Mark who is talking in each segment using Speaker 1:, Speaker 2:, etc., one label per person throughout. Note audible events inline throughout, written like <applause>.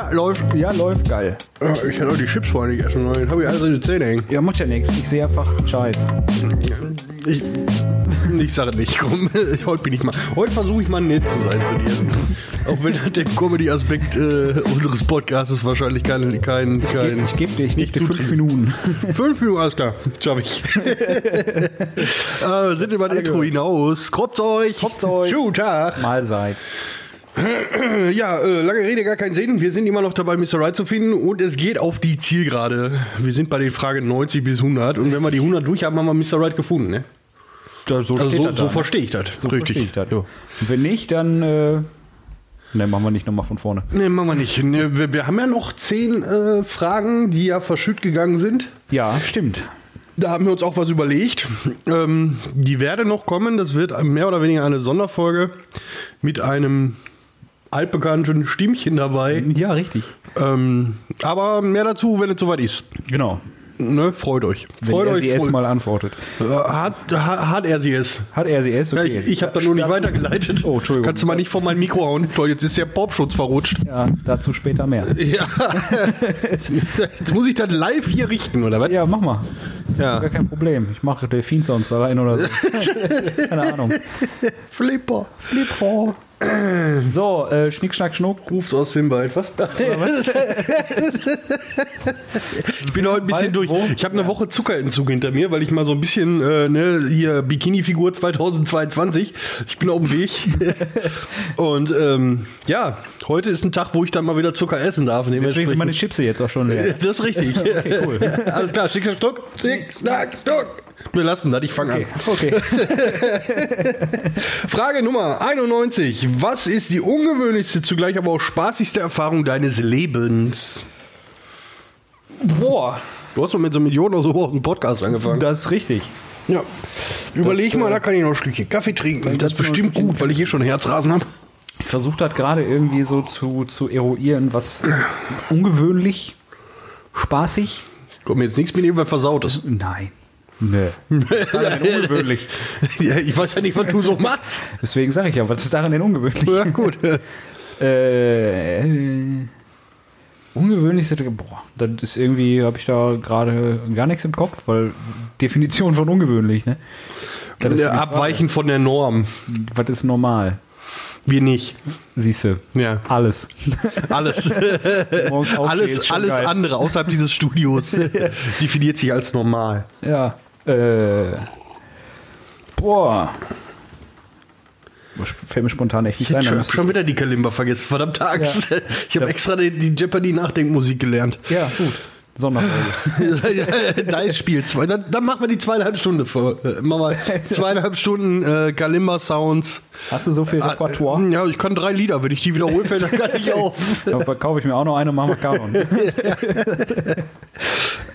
Speaker 1: Ja, läuft, ja, läuft geil.
Speaker 2: Ja, ich kann auch die Chips vorher nicht essen wollen. Habe ich alles in die Zähne hängen.
Speaker 1: Ja, macht ja nichts. Ich sehe einfach Scheiß.
Speaker 2: Ich, ich sage nicht, komm. <laughs> Ich, heute bin ich mal. Heute versuche ich mal nett zu sein zu dir. Auch wenn <laughs> das dem Comedy-Aspekt äh, unseres Podcasts wahrscheinlich kein. kein, kein
Speaker 1: Ich gebe dir, ich gebe dir fünf
Speaker 2: zutritt.
Speaker 1: Minuten. <laughs>
Speaker 2: Fünf Minuten, alles klar. Schaff ich. äh, sind über das
Speaker 1: alle
Speaker 2: Intro
Speaker 1: gehört.
Speaker 2: hinaus. Kroppt euch.
Speaker 1: Kropft's euch.
Speaker 2: Schönen Tag.
Speaker 1: Mahlzeit.
Speaker 2: Ja, äh, lange Rede, gar keinen Sinn. Wir sind immer noch dabei, Mr. Right zu finden und es geht auf die Zielgerade. Wir sind bei den Fragen 90 bis 100 und wenn wir die 100 durch haben, haben wir Mr. Right gefunden. Ne?
Speaker 1: Da, so
Speaker 2: Also
Speaker 1: steht
Speaker 2: so,
Speaker 1: das da,
Speaker 2: so
Speaker 1: ne?
Speaker 2: verstehe ich das.
Speaker 1: So verstehe ich das. ja. Und wenn nicht, dann. Äh, ne, machen wir nicht nochmal von vorne.
Speaker 2: Ne, machen wir nicht. Nee, wir, wir haben ja noch 10 äh, Fragen, die ja verschütt gegangen sind.
Speaker 1: Ja, stimmt.
Speaker 2: Da haben wir uns auch was überlegt. Ähm, die werde noch kommen. Das wird mehr oder weniger eine Sonderfolge mit einem altbekannten Stimmchen dabei.
Speaker 1: Ja, richtig.
Speaker 2: Ähm, aber mehr dazu, wenn es soweit ist.
Speaker 1: Genau.
Speaker 2: Ne, freut euch.
Speaker 1: Wenn
Speaker 2: freut
Speaker 1: er
Speaker 2: euch.
Speaker 1: sie erst
Speaker 2: freut-
Speaker 1: mal antwortet.
Speaker 2: Hat, hat, hat er sie es?
Speaker 1: Hat er sie erst?
Speaker 2: Ja,
Speaker 1: Okay.
Speaker 2: ich ich habe da nur nicht
Speaker 1: Dazu-
Speaker 2: weitergeleitet.
Speaker 1: Oh, Entschuldigung.
Speaker 2: Kannst du mal nicht vor mein Mikro hauen? Toll, jetzt ist der Popschutz verrutscht.
Speaker 1: Ja, dazu später mehr.
Speaker 2: Ja. <laughs> jetzt muss ich das live hier richten, oder was?
Speaker 1: Ja, mach mal. Gar
Speaker 2: Ja.
Speaker 1: kein Problem. Ich mache Delfinsounds allein oder so. <laughs> Keine Ahnung.
Speaker 2: Flipper.
Speaker 1: Flipro. So, äh, Schnick, Schnack, Schnuck.
Speaker 2: Ruf's aus dem Wald,
Speaker 1: <laughs>
Speaker 2: was? ich bin heute ein bisschen
Speaker 1: Wald,
Speaker 2: durch.
Speaker 1: wo?
Speaker 2: Ich habe eine Woche Zuckerentzug hinter mir, weil ich mal so ein bisschen äh, ne, hier Bikini-Figur 2022. Ich bin auf dem
Speaker 1: <laughs>
Speaker 2: Weg. Und ähm, ja, heute ist ein Tag, wo ich dann mal wieder Zucker essen darf.
Speaker 1: Deswegen sind meine Chips jetzt auch schon leer.
Speaker 2: <laughs> Das ist richtig.
Speaker 1: <laughs> Okay, cool.
Speaker 2: <laughs> Alles klar, schick, schnack, schnuck. Schick, schnack, schnuck. Wir lassen das, ich fange
Speaker 1: Okay,
Speaker 2: an.
Speaker 1: okay.
Speaker 2: Frage Nummer 91. Was ist die ungewöhnlichste, zugleich aber auch spaßigste Erfahrung deines Lebens?
Speaker 1: Boah,
Speaker 2: Du hast doch mit so Millionen oder so aus dem Podcast angefangen.
Speaker 1: das ist richtig.
Speaker 2: ja. Überleg
Speaker 1: Das,
Speaker 2: mal,
Speaker 1: äh,
Speaker 2: da kann ich noch ein Stückchen Kaffee trinken. Das ist
Speaker 1: kannst du noch
Speaker 2: bestimmt gut, weil ich hier schon Herzrasen habe.
Speaker 1: Ich versuche das gerade irgendwie so zu, zu eruieren, was ungewöhnlich, spaßig.
Speaker 2: Kommt mir jetzt nichts mit irgendwas Versautes.
Speaker 1: Nein. Nö. Was ist daran denn ungewöhnlich?
Speaker 2: <laughs> Ja, ich weiß ja nicht, was du so machst.
Speaker 1: Deswegen sage ich <laughs> ja, was ist daran
Speaker 2: <laughs>
Speaker 1: denn ungewöhnlich?
Speaker 2: Ja, gut.
Speaker 1: Äh, äh, ungewöhnlich sind, boah, das ist irgendwie, habe ich da gerade gar nichts im Kopf, weil Definition von ungewöhnlich, ne? Das ist die Frage.
Speaker 2: Abweichen von der Norm.
Speaker 1: Was ist normal?
Speaker 2: Wir nicht.
Speaker 1: Siehst du.
Speaker 2: Ja,
Speaker 1: Alles.
Speaker 2: <laughs>
Speaker 1: <laughs>
Speaker 2: alles.
Speaker 1: Morgens
Speaker 2: <laughs>
Speaker 1: aufstehen ist
Speaker 2: alles
Speaker 1: schon
Speaker 2: alles
Speaker 1: geil.
Speaker 2: andere außerhalb dieses
Speaker 1: <laughs>
Speaker 2: Studios definiert sich als normal.
Speaker 1: Ja. Äh. Boah. Das Fällt mir spontan echt nicht
Speaker 2: Ich
Speaker 1: ein.
Speaker 2: hab
Speaker 1: da
Speaker 2: schon,
Speaker 1: müsste
Speaker 2: schon wieder die Kalimba vergessen. Verdammt Angst.
Speaker 1: Ja.
Speaker 2: <laughs> Ich habe extra die, die Jeopardy-Nachdenkmusik gelernt.
Speaker 1: ich- Ja, gut. Sonderfolge.
Speaker 2: <laughs> Dice Spiel 2. Dann, dann machen wir die zweieinhalb Stunden vor. Äh, machen wir zweieinhalb Stunden äh, Kalimba-Sounds.
Speaker 1: Hast du so
Speaker 2: <laughs>
Speaker 1: viel
Speaker 2: Ah,
Speaker 1: Repertoire?
Speaker 2: äh, Ja, ich kann drei Lieder. Wenn ich die wiederhole, fällt dann gar nicht auf.
Speaker 1: Dann verkaufe ich mir auch noch eine und mache
Speaker 2: <laughs>
Speaker 1: mal Kanon.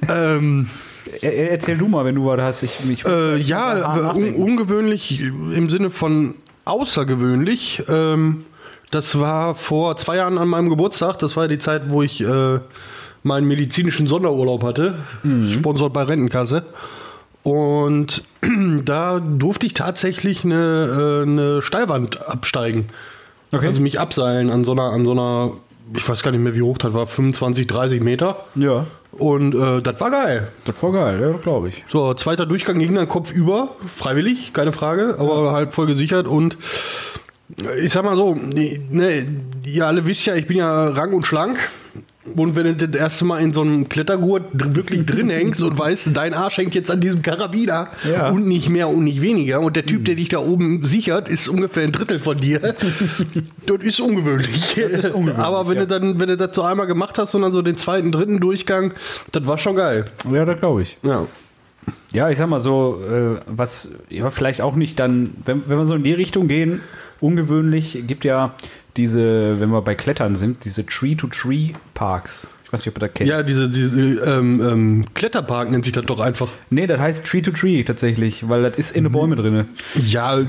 Speaker 2: ähm,
Speaker 1: Er- er- Erzähl du mal, wenn du was hast. Ich, ich
Speaker 2: äh,
Speaker 1: ich- ich-
Speaker 2: ja, un
Speaker 1: nachdenken.
Speaker 2: ungewöhnlich im Sinne von außergewöhnlich. Ähm, das war vor zwei Jahren an meinem Geburtstag. Das war die Zeit, wo ich äh, meinen medizinischen Sonderurlaub hatte. Sponsort bei Rentenkasse. Und <clears throat> da durfte ich tatsächlich eine, äh, eine Steilwand absteigen.
Speaker 1: Okay.
Speaker 2: Also mich abseilen an so einer, an so einer, ich weiß gar nicht mehr, wie hoch das war, 25, 30 Meter.
Speaker 1: ja,
Speaker 2: Und äh, das war geil.
Speaker 1: das war geil, ja, glaube ich.
Speaker 2: So, zweiter Durchgang ging dann Kopf über, freiwillig, keine Frage, aber halt voll gesichert und ich sag mal so, ne, ihr alle wisst ja, ich bin ja rank und schlank. Und wenn du das erste Mal in so einem Klettergurt dr- wirklich
Speaker 1: <laughs>
Speaker 2: drin hängst und weißt, dein Arsch hängt jetzt an diesem Karabiner
Speaker 1: Ja.
Speaker 2: und nicht mehr und nicht weniger und der Typ, der dich da oben sichert, ist ungefähr ein Drittel von
Speaker 1: <laughs>
Speaker 2: dir, das ist ungewöhnlich.
Speaker 1: ist ungewöhnlich,
Speaker 2: Aber wenn
Speaker 1: ja.
Speaker 2: du dann, wenn du das so einmal gemacht hast und dann so den zweiten, dritten Durchgang, das war schon geil.
Speaker 1: Ja, das glaube ich.
Speaker 2: Ja.
Speaker 1: Ja, ich sag mal so, äh, was ja, vielleicht auch nicht dann, wenn, wenn wir so in die Richtung gehen, ungewöhnlich gibt ja diese, wenn wir bei Klettern sind, diese Tree-to-Tree-Parks. Ich weiß nicht, ob ihr das kennt.
Speaker 2: Ja, diese, diese ähm, ähm, Kletterpark nennt sich das doch einfach.
Speaker 1: nee, das heißt Tree-to-Tree tatsächlich, weil das ist in den Bäumen drinne.
Speaker 2: Ja, äh,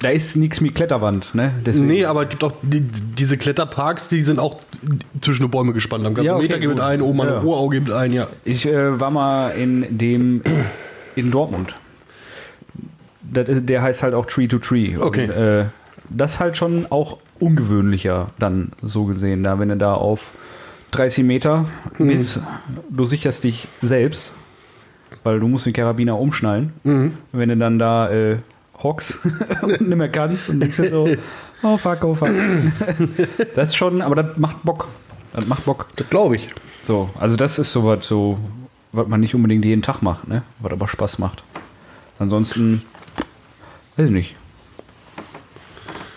Speaker 1: Da ist nichts mit Kletterwand, ne? Deswegen.
Speaker 2: nee, aber es gibt auch die, diese Kletterparks, die sind auch zwischen die Bäume gespannt. Am ganzen
Speaker 1: Ja, okay,
Speaker 2: Meter gibt
Speaker 1: gut.
Speaker 2: ein, oben an
Speaker 1: Ja.
Speaker 2: der Ohrau gibt ein, ja.
Speaker 1: Ich äh, war mal in dem in Dortmund. Das ist, der heißt halt auch Tree to Tree.
Speaker 2: Okay.
Speaker 1: Und, äh, das ist halt schon auch ungewöhnlicher dann so gesehen. Da, wenn du da auf 30 Meter bist, du sicherst dich selbst, weil du musst den Karabiner umschnallen. Wenn du dann da äh, hockst <laughs> und nicht mehr kannst und denkst dir so, oh fuck, oh fuck. das ist schon, aber das macht Bock. Das macht Bock.
Speaker 2: Das glaube ich.
Speaker 1: So, also das ist sowas so, was man nicht unbedingt jeden Tag macht, ne? Was aber Spaß macht. Ansonsten, weiß ich nicht.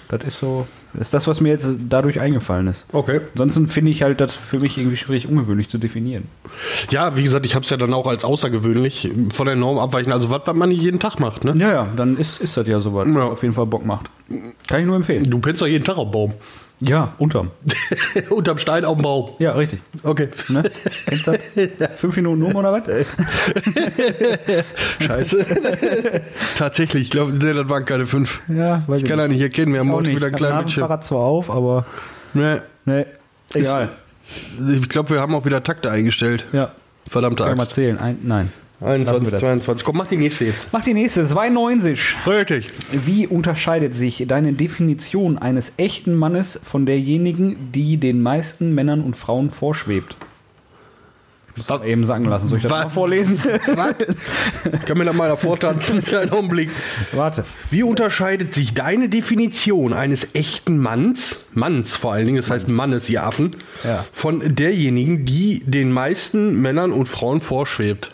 Speaker 1: Das ist so, das ist das, was mir jetzt dadurch eingefallen ist.
Speaker 2: Okay.
Speaker 1: Ansonsten finde ich halt das für mich irgendwie schwierig, ungewöhnlich zu definieren.
Speaker 2: Ja, wie gesagt, ich habe es ja dann auch als außergewöhnlich von der Norm abweichen. Also was, was man nicht jeden Tag macht, ne?
Speaker 1: Ja, ja, dann ist, ist das ja sowas.
Speaker 2: Ja.
Speaker 1: Auf jeden Fall Bock macht. Kann ich nur empfehlen.
Speaker 2: Du pennst doch jeden Tag auf dem Baum.
Speaker 1: Ja, unterm.
Speaker 2: <laughs> Unterm Stein auf dem Baum.
Speaker 1: Ja, richtig.
Speaker 2: Okay.
Speaker 1: Ne? Kennst du
Speaker 2: <laughs>
Speaker 1: das? Fünf Minuten um oder was?
Speaker 2: Scheiße. <laughs> Tatsächlich, ich glaube, nee, das waren keine fünf.
Speaker 1: Ja, weiß
Speaker 2: Ich kann ja nicht erkennen, wir haben heute wieder einen kleinen Bildschirm.
Speaker 1: Fahrrad zwar auf, aber
Speaker 2: Nee.
Speaker 1: ne, egal.
Speaker 2: Ich glaube, wir haben auch wieder Takte eingestellt.
Speaker 1: Ja,
Speaker 2: Verdammte
Speaker 1: kann ich mal
Speaker 2: Axt.
Speaker 1: zählen. Ein, nein. Lassen wir
Speaker 2: 21,
Speaker 1: das.
Speaker 2: 22. Komm, mach die nächste jetzt.
Speaker 1: Mach die nächste, 92.
Speaker 2: Richtig.
Speaker 1: Wie unterscheidet sich deine Definition eines echten Mannes von derjenigen, die den meisten Männern und Frauen vorschwebt? Ich muss das eben sagen lassen. Soll ich das
Speaker 2: Was?
Speaker 1: mal vorlesen?
Speaker 2: <laughs> Was? kann mir da mal davor tanzen? <laughs> Einen Augenblick.
Speaker 1: Warte.
Speaker 2: Wie unterscheidet sich deine Definition eines echten Manns, Manns vor allen Dingen, das heißt Mannes, ihr Affen,
Speaker 1: Ja.
Speaker 2: von derjenigen, die den meisten Männern und Frauen vorschwebt?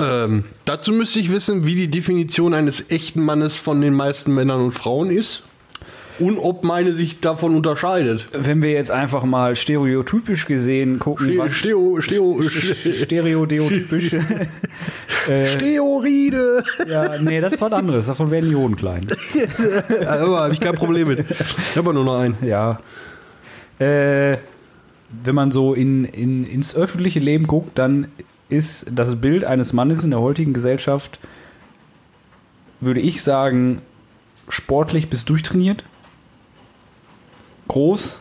Speaker 2: Ähm, dazu müsste ich wissen, wie die Definition eines echten Mannes von den meisten Männern und Frauen ist und ob meine sich davon unterscheidet.
Speaker 1: Wenn wir jetzt einfach mal stereotypisch gesehen gucken,
Speaker 2: Ste-
Speaker 1: was
Speaker 2: Steo, Steo,
Speaker 1: stereotypisch.
Speaker 2: Äh, <laughs> Steoride.
Speaker 1: ja, nee, das ist was anderes. Davon werden die Hoden klein.
Speaker 2: Aber habe ich kein Problem mit. Ich habe nur noch einen.
Speaker 1: Ja. Äh, wenn man so in, in, ins öffentliche Leben guckt, dann ist das Bild eines Mannes in der heutigen Gesellschaft, würde ich sagen, sportlich bis durchtrainiert. Groß.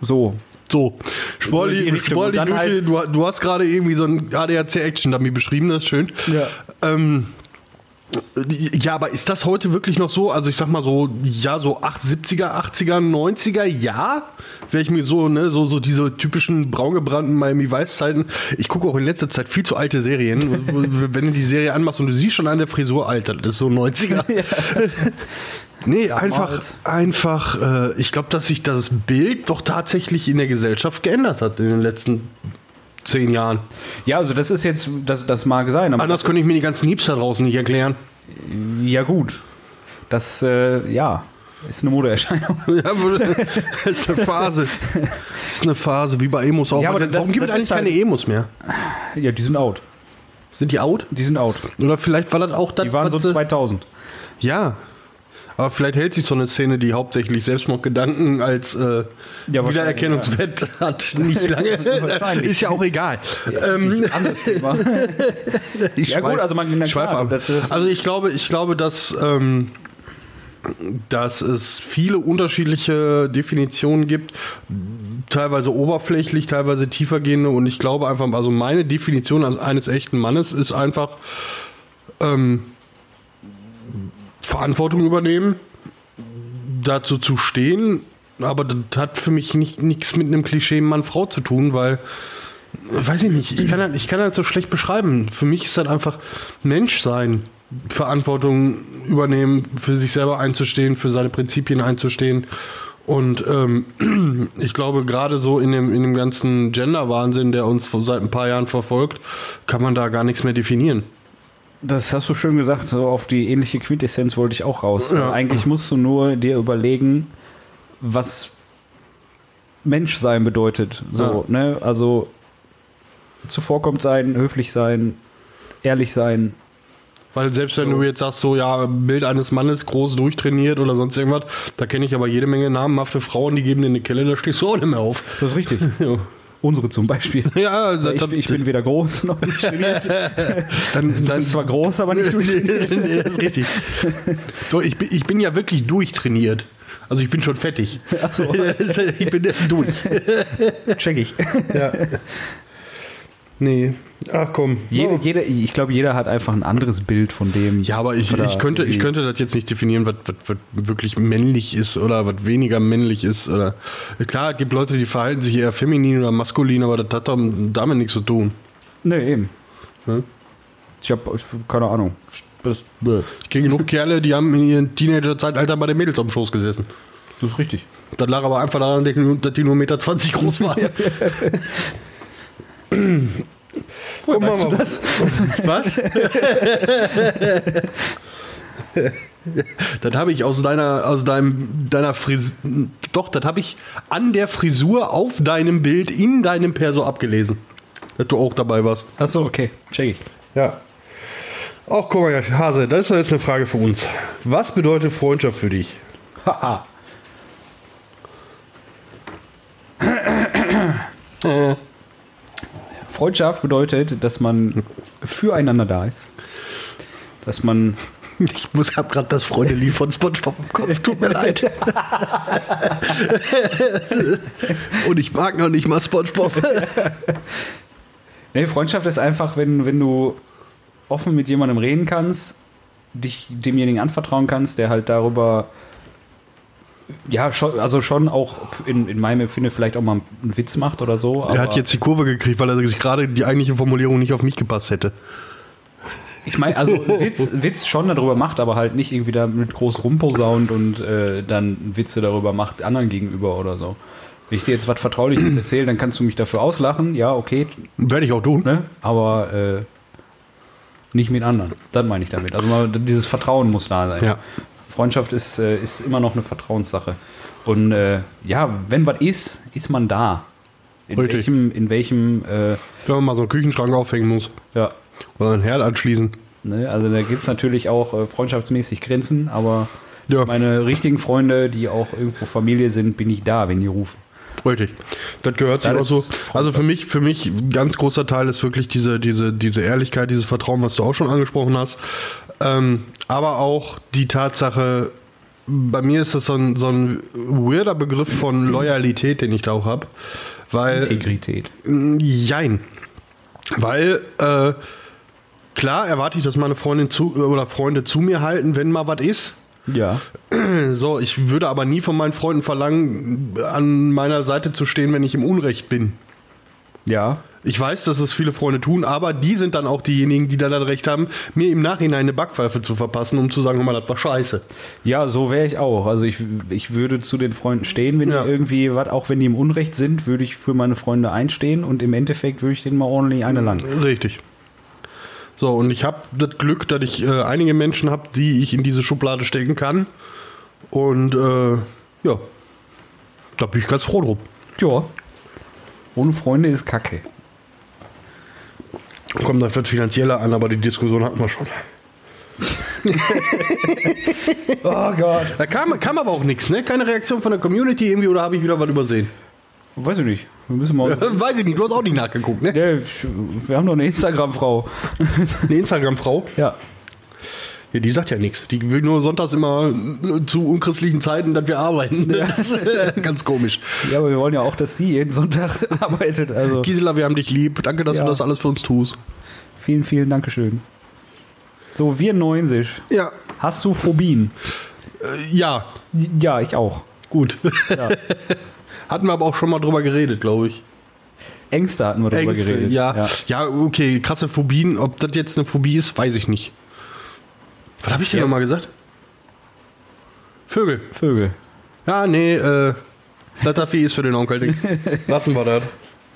Speaker 1: So.
Speaker 2: So,
Speaker 1: So in Also, die
Speaker 2: sportlich,
Speaker 1: Richtung.
Speaker 2: sportlich
Speaker 1: Und dann halt
Speaker 2: Michel, du, du hast gerade irgendwie so ein ADAC-Action-Dummy beschrieben, das ist schön.
Speaker 1: Ja.
Speaker 2: Ähm, ja, aber ist das heute wirklich noch so? Also ich sag mal so, ja, so 8, 70er, 80er, 90er, ja. Wäre ich mir so, ne, so, so diese typischen braungebrannten Miami Weiß-Zeiten. Ich gucke auch in letzter Zeit viel zu alte Serien. <laughs> Wenn du die Serie anmachst und du siehst schon an der Frisur, Alter, das ist so 90er. <laughs> Nee, einfach,
Speaker 1: Damals.
Speaker 2: einfach, äh, ich glaube, dass sich das Bild doch tatsächlich in der Gesellschaft geändert hat in den letzten zehn Jahren.
Speaker 1: Ja, also das ist jetzt, das, das mag sein. Aber
Speaker 2: Anders könnte ich mir die ganzen Hiebs da draußen nicht erklären.
Speaker 1: ja gut. Das, äh, ja, ist eine Modeerscheinung. <laughs>
Speaker 2: <laughs> Ja, aber das ist eine Phase. Das ist eine Phase, wie bei Emos auch.
Speaker 1: Ja, aber
Speaker 2: Warum
Speaker 1: das-
Speaker 2: gibt
Speaker 1: das
Speaker 2: es eigentlich
Speaker 1: ist halt-
Speaker 2: keine Emos mehr?
Speaker 1: Ja, die sind out.
Speaker 2: Sind die out?
Speaker 1: Die sind out.
Speaker 2: Oder vielleicht war das auch das,
Speaker 1: Die waren so
Speaker 2: was sie-
Speaker 1: 2000.
Speaker 2: Ja. Aber vielleicht hält sich so eine Szene, die hauptsächlich Selbstmordgedanken als äh,
Speaker 1: Ja, wahrscheinlich,
Speaker 2: Wiedererkennungswert hat, nicht lange.
Speaker 1: <laughs> Wahrscheinlich.
Speaker 2: ist ja auch egal. ähm,
Speaker 1: Anderes <laughs> Thema.
Speaker 2: Ich
Speaker 1: Ja, gut, also man- na
Speaker 2: schweife
Speaker 1: klar,
Speaker 2: ab.
Speaker 1: das ist-
Speaker 2: also ich glaube, ich glaube, dass, ähm, dass es viele unterschiedliche Definitionen gibt, teilweise oberflächlich, teilweise tiefergehende. Und ich glaube einfach, also meine Definition als- eines echten Mannes ist einfach ähm, Verantwortung übernehmen, dazu zu stehen. Aber das hat für mich nicht- nichts mit einem Klischee Mann-Frau zu tun, weil Weiß ich nicht, ich kann, das, ich kann das so schlecht beschreiben. Für mich ist das einfach Mensch sein, Verantwortung übernehmen, für sich selber einzustehen, für seine Prinzipien einzustehen. Und ähm, <clears throat> ich glaube, gerade so in dem, in dem ganzen Gender-Wahnsinn, der uns vor- seit ein paar Jahren verfolgt, kann man da gar nichts mehr definieren.
Speaker 1: Das hast du schön gesagt, so auf die ähnliche Quintessenz wollte ich auch raus.
Speaker 2: Ja.
Speaker 1: Eigentlich musst du nur dir überlegen, was Menschsein bedeutet. So, ne? Also zuvorkommt sein, höflich sein, ehrlich sein.
Speaker 2: Weil selbst wenn du jetzt sagst, so ja, Bild eines Mannes groß durchtrainiert oder sonst irgendwas, da kenne ich aber jede Menge namenhafte Frauen, die geben dir eine Kelle, da stehst du auch nicht mehr auf. <laughs>
Speaker 1: Das ist richtig. Unsere zum Beispiel.
Speaker 2: Ja, <laughs> das,
Speaker 1: Ich, ich bin weder groß noch nicht trainiert.
Speaker 2: <laughs> dann,
Speaker 1: Ich
Speaker 2: dann,
Speaker 1: bin zwar groß,
Speaker 2: <laughs>
Speaker 1: aber nicht durchtrainiert.
Speaker 2: nee, das äh, ist
Speaker 1: <laughs>
Speaker 2: richtig. Doch, ich, bin, ich bin ja wirklich durchtrainiert. Also ich bin schon <laughs> fettig.
Speaker 1: Achso,
Speaker 2: ich bin äh, durch.
Speaker 1: check ich.
Speaker 2: Ja. Nee. Ach komm.
Speaker 1: Jede,
Speaker 2: Ja.
Speaker 1: jede, ich glaube, jeder hat einfach ein anderes Bild von dem.
Speaker 2: Ja, aber ich,
Speaker 1: Oder
Speaker 2: ich, könnte, ich
Speaker 1: irgendwie-
Speaker 2: könnte das jetzt nicht definieren, was, was, was wirklich männlich ist oder was weniger männlich ist. Oder. Klar, es gibt Leute, die verhalten sich eher feminin oder maskulin, aber das hat doch damit nichts zu tun.
Speaker 1: Nee, eben.
Speaker 2: Ne?
Speaker 1: Ich habe keine Ahnung. Das, das
Speaker 2: Ich kenne genug Kerle, die haben in ihrem Teenager-Zeitalter bei den Mädels am Schoß gesessen.
Speaker 1: ist richtig.
Speaker 2: Das lag aber einfach daran, dass die- dass die nur 1,20 Meter groß <laughs> waren. Guck mal,
Speaker 1: Weißt du
Speaker 2: mal.
Speaker 1: das?
Speaker 2: Was? <laughs> das habe ich aus deiner, aus deinem, deiner Frisur. Doch, das habe ich an der Frisur auf deinem Bild in deinem Perso abgelesen. Dass du auch dabei warst.
Speaker 1: Achso, okay. Check ich.
Speaker 2: Ja. Auch guck mal, Hase, das ist doch jetzt eine Frage für uns. Was bedeutet Freundschaft für dich?
Speaker 1: Haha. Freundschaft bedeutet, dass man füreinander da ist. Dass man.
Speaker 2: Ich muss hab gerade das Freunde lief von SpongeBob im Kopf. Tut mir <laughs> leid. Und ich mag noch nicht mal SpongeBob.
Speaker 1: Nee, Freundschaft ist einfach, wenn, wenn du offen mit jemandem reden kannst, dich demjenigen anvertrauen kannst, der halt darüber. Ja, schon, also schon auch in, in meinem Empfinden vielleicht auch mal einen Witz macht oder so.
Speaker 2: Er hat
Speaker 1: aber-
Speaker 2: jetzt die Kurve gekriegt, weil er sich gerade die eigentliche Formulierung nicht auf mich gepasst hätte.
Speaker 1: Ich
Speaker 2: <laughs>
Speaker 1: meine, also Witz, Witz schon darüber macht, aber halt nicht irgendwie da mit groß rumposaunt und äh, dann Witze darüber macht anderen gegenüber oder so. Wenn ich dir jetzt was
Speaker 2: <clears throat>
Speaker 1: Vertrauliches erzähle, dann kannst du mich dafür auslachen. Ja, okay,
Speaker 2: Werde ich auch tun.
Speaker 1: ne? Aber äh, nicht mit anderen. Das meine ich damit. Also mal, dieses Vertrauen muss da sein.
Speaker 2: Ja.
Speaker 1: Freundschaft ist, äh, ist immer noch eine Vertrauenssache. Und äh, ja, wenn was ist, ist man da. In
Speaker 2: Richtig.
Speaker 1: welchem, in welchem, äh,
Speaker 2: Wenn man mal so einen Küchenschrank aufhängen muss
Speaker 1: ja,
Speaker 2: oder einen Herd anschließen.
Speaker 1: Ne? Also da gibt es natürlich auch äh, freundschaftsmäßig Grenzen, aber
Speaker 2: Ja.
Speaker 1: meine richtigen Freunde, die auch irgendwo Familie sind, bin ich da, wenn die rufen.
Speaker 2: Richtig. Das gehört sich
Speaker 1: Das
Speaker 2: auch
Speaker 1: ist
Speaker 2: so.
Speaker 1: Freundschaft.
Speaker 2: Also für mich, für mich ein ganz großer Teil ist wirklich diese, diese, diese Ehrlichkeit, dieses Vertrauen, was du auch schon angesprochen hast. Ähm, aber auch die Tatsache, bei mir ist das so ein, so ein weirder Begriff von Loyalität, den ich da auch habe. Weil
Speaker 1: Integrität.
Speaker 2: Jein. Weil, äh, klar erwarte ich, dass meine Freundin zu, äh, oder Freunde zu mir halten, wenn mal was ist.
Speaker 1: Ja.
Speaker 2: So, ich würde aber nie von meinen Freunden verlangen, an meiner Seite zu stehen, wenn ich im Unrecht bin.
Speaker 1: Ja.
Speaker 2: Ich weiß, dass es viele Freunde tun, aber die sind dann auch diejenigen, die dann das Recht haben, mir im Nachhinein eine Backpfeife zu verpassen, um zu sagen, hör mal, das war scheiße.
Speaker 1: Ja, so wäre ich auch. Also ich, ich würde zu den Freunden stehen, wenn
Speaker 2: Ja.
Speaker 1: die irgendwie was, auch wenn die im Unrecht sind, würde ich für meine Freunde einstehen und im Endeffekt würde ich denen mal ordentlich eine lang.
Speaker 2: Richtig. So, und ich habe das Glück, dass ich äh, einige Menschen habe, die ich in diese Schublade stecken kann. Und äh, ja, da bin ich ganz froh drum.
Speaker 1: Tja. Ohne Freunde ist Kacke.
Speaker 2: Kommt das wird finanzieller an, aber die Diskussion hatten wir schon.
Speaker 1: Oh Gott.
Speaker 2: Da kam, kam aber auch nichts, ne? Keine Reaktion von der Community irgendwie oder habe ich wieder was übersehen? <laughs>
Speaker 1: Weiß ich nicht. Wir müssen mal.
Speaker 2: Weiß ich nicht, du hast auch nicht nachgeguckt, ne?
Speaker 1: Nee, ich- wir haben doch eine Instagram-Frau.
Speaker 2: Eine Instagram-Frau,
Speaker 1: Ja.
Speaker 2: ja, die sagt ja nichts. Die will nur sonntags immer äh, zu unchristlichen Zeiten, dass wir arbeiten. <laughs> Das ist äh, ganz komisch.
Speaker 1: Ja, aber wir wollen ja auch, dass die jeden Sonntag <laughs> arbeitet. Also
Speaker 2: Gisela, wir haben dich lieb. Danke, dass
Speaker 1: Ja.
Speaker 2: du das alles für uns tust.
Speaker 1: vielen, vielen Dankeschön. So, wir 90.
Speaker 2: Ja,
Speaker 1: Hast du Phobien?
Speaker 2: Ja,
Speaker 1: Ja, ich auch.
Speaker 2: gut.
Speaker 1: Ja.
Speaker 2: <laughs> Hatten wir aber auch schon mal drüber geredet, glaube ich.
Speaker 1: Ängste hatten wir darüber geredet.
Speaker 2: Ja. ja.
Speaker 1: ja.
Speaker 2: okay, krasse Phobien. Ob das jetzt eine Phobie ist, weiß ich nicht. Was habe ich denn
Speaker 1: Ja.
Speaker 2: nochmal gesagt? Vögel.
Speaker 1: Vögel.
Speaker 2: Ja, nee, äh, Latafee ist für den Onkel
Speaker 1: <laughs>
Speaker 2: nix. Lassen wir das.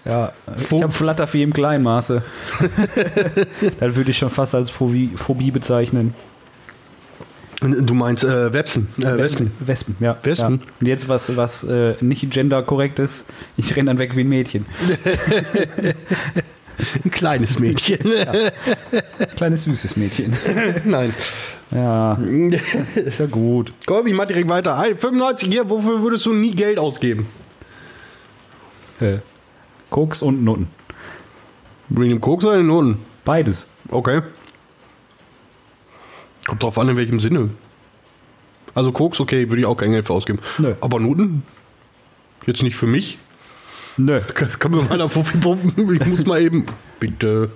Speaker 1: Ja.
Speaker 2: Pho-
Speaker 1: ich habe Flattervieh im kleinen <laughs> Maße. das würde ich schon fast als Phobie, Phobie bezeichnen.
Speaker 2: Du meinst äh, Websen. Äh, Wespen.
Speaker 1: Wespen, ja.
Speaker 2: Wespen?
Speaker 1: Ja. Und jetzt was, was äh, nicht genderkorrekt ist. Ich renne dann weg wie ein Mädchen.
Speaker 2: Ein kleines
Speaker 1: <laughs>
Speaker 2: Mädchen.
Speaker 1: <laughs>
Speaker 2: <laughs>
Speaker 1: Kleines süßes Mädchen.
Speaker 2: Nein.
Speaker 1: <laughs> Ja, ist ja gut.
Speaker 2: Komm, ich mach direkt weiter. Ein- 95 hier, wofür würdest du nie Geld ausgeben?
Speaker 1: Äh, Koks und Nutten.
Speaker 2: Bring dem Koks oder den Noten?
Speaker 1: Beides.
Speaker 2: Okay. Kommt drauf an, in welchem Sinne. Also Koks, okay, würde ich auch kein Geld für ausgeben.
Speaker 1: Nö.
Speaker 2: Aber Noten? Jetzt nicht für mich.
Speaker 1: Nö.
Speaker 2: <laughs> Kann, kann mir meiner Profi pumpen. Ich muss mal eben. Bitte.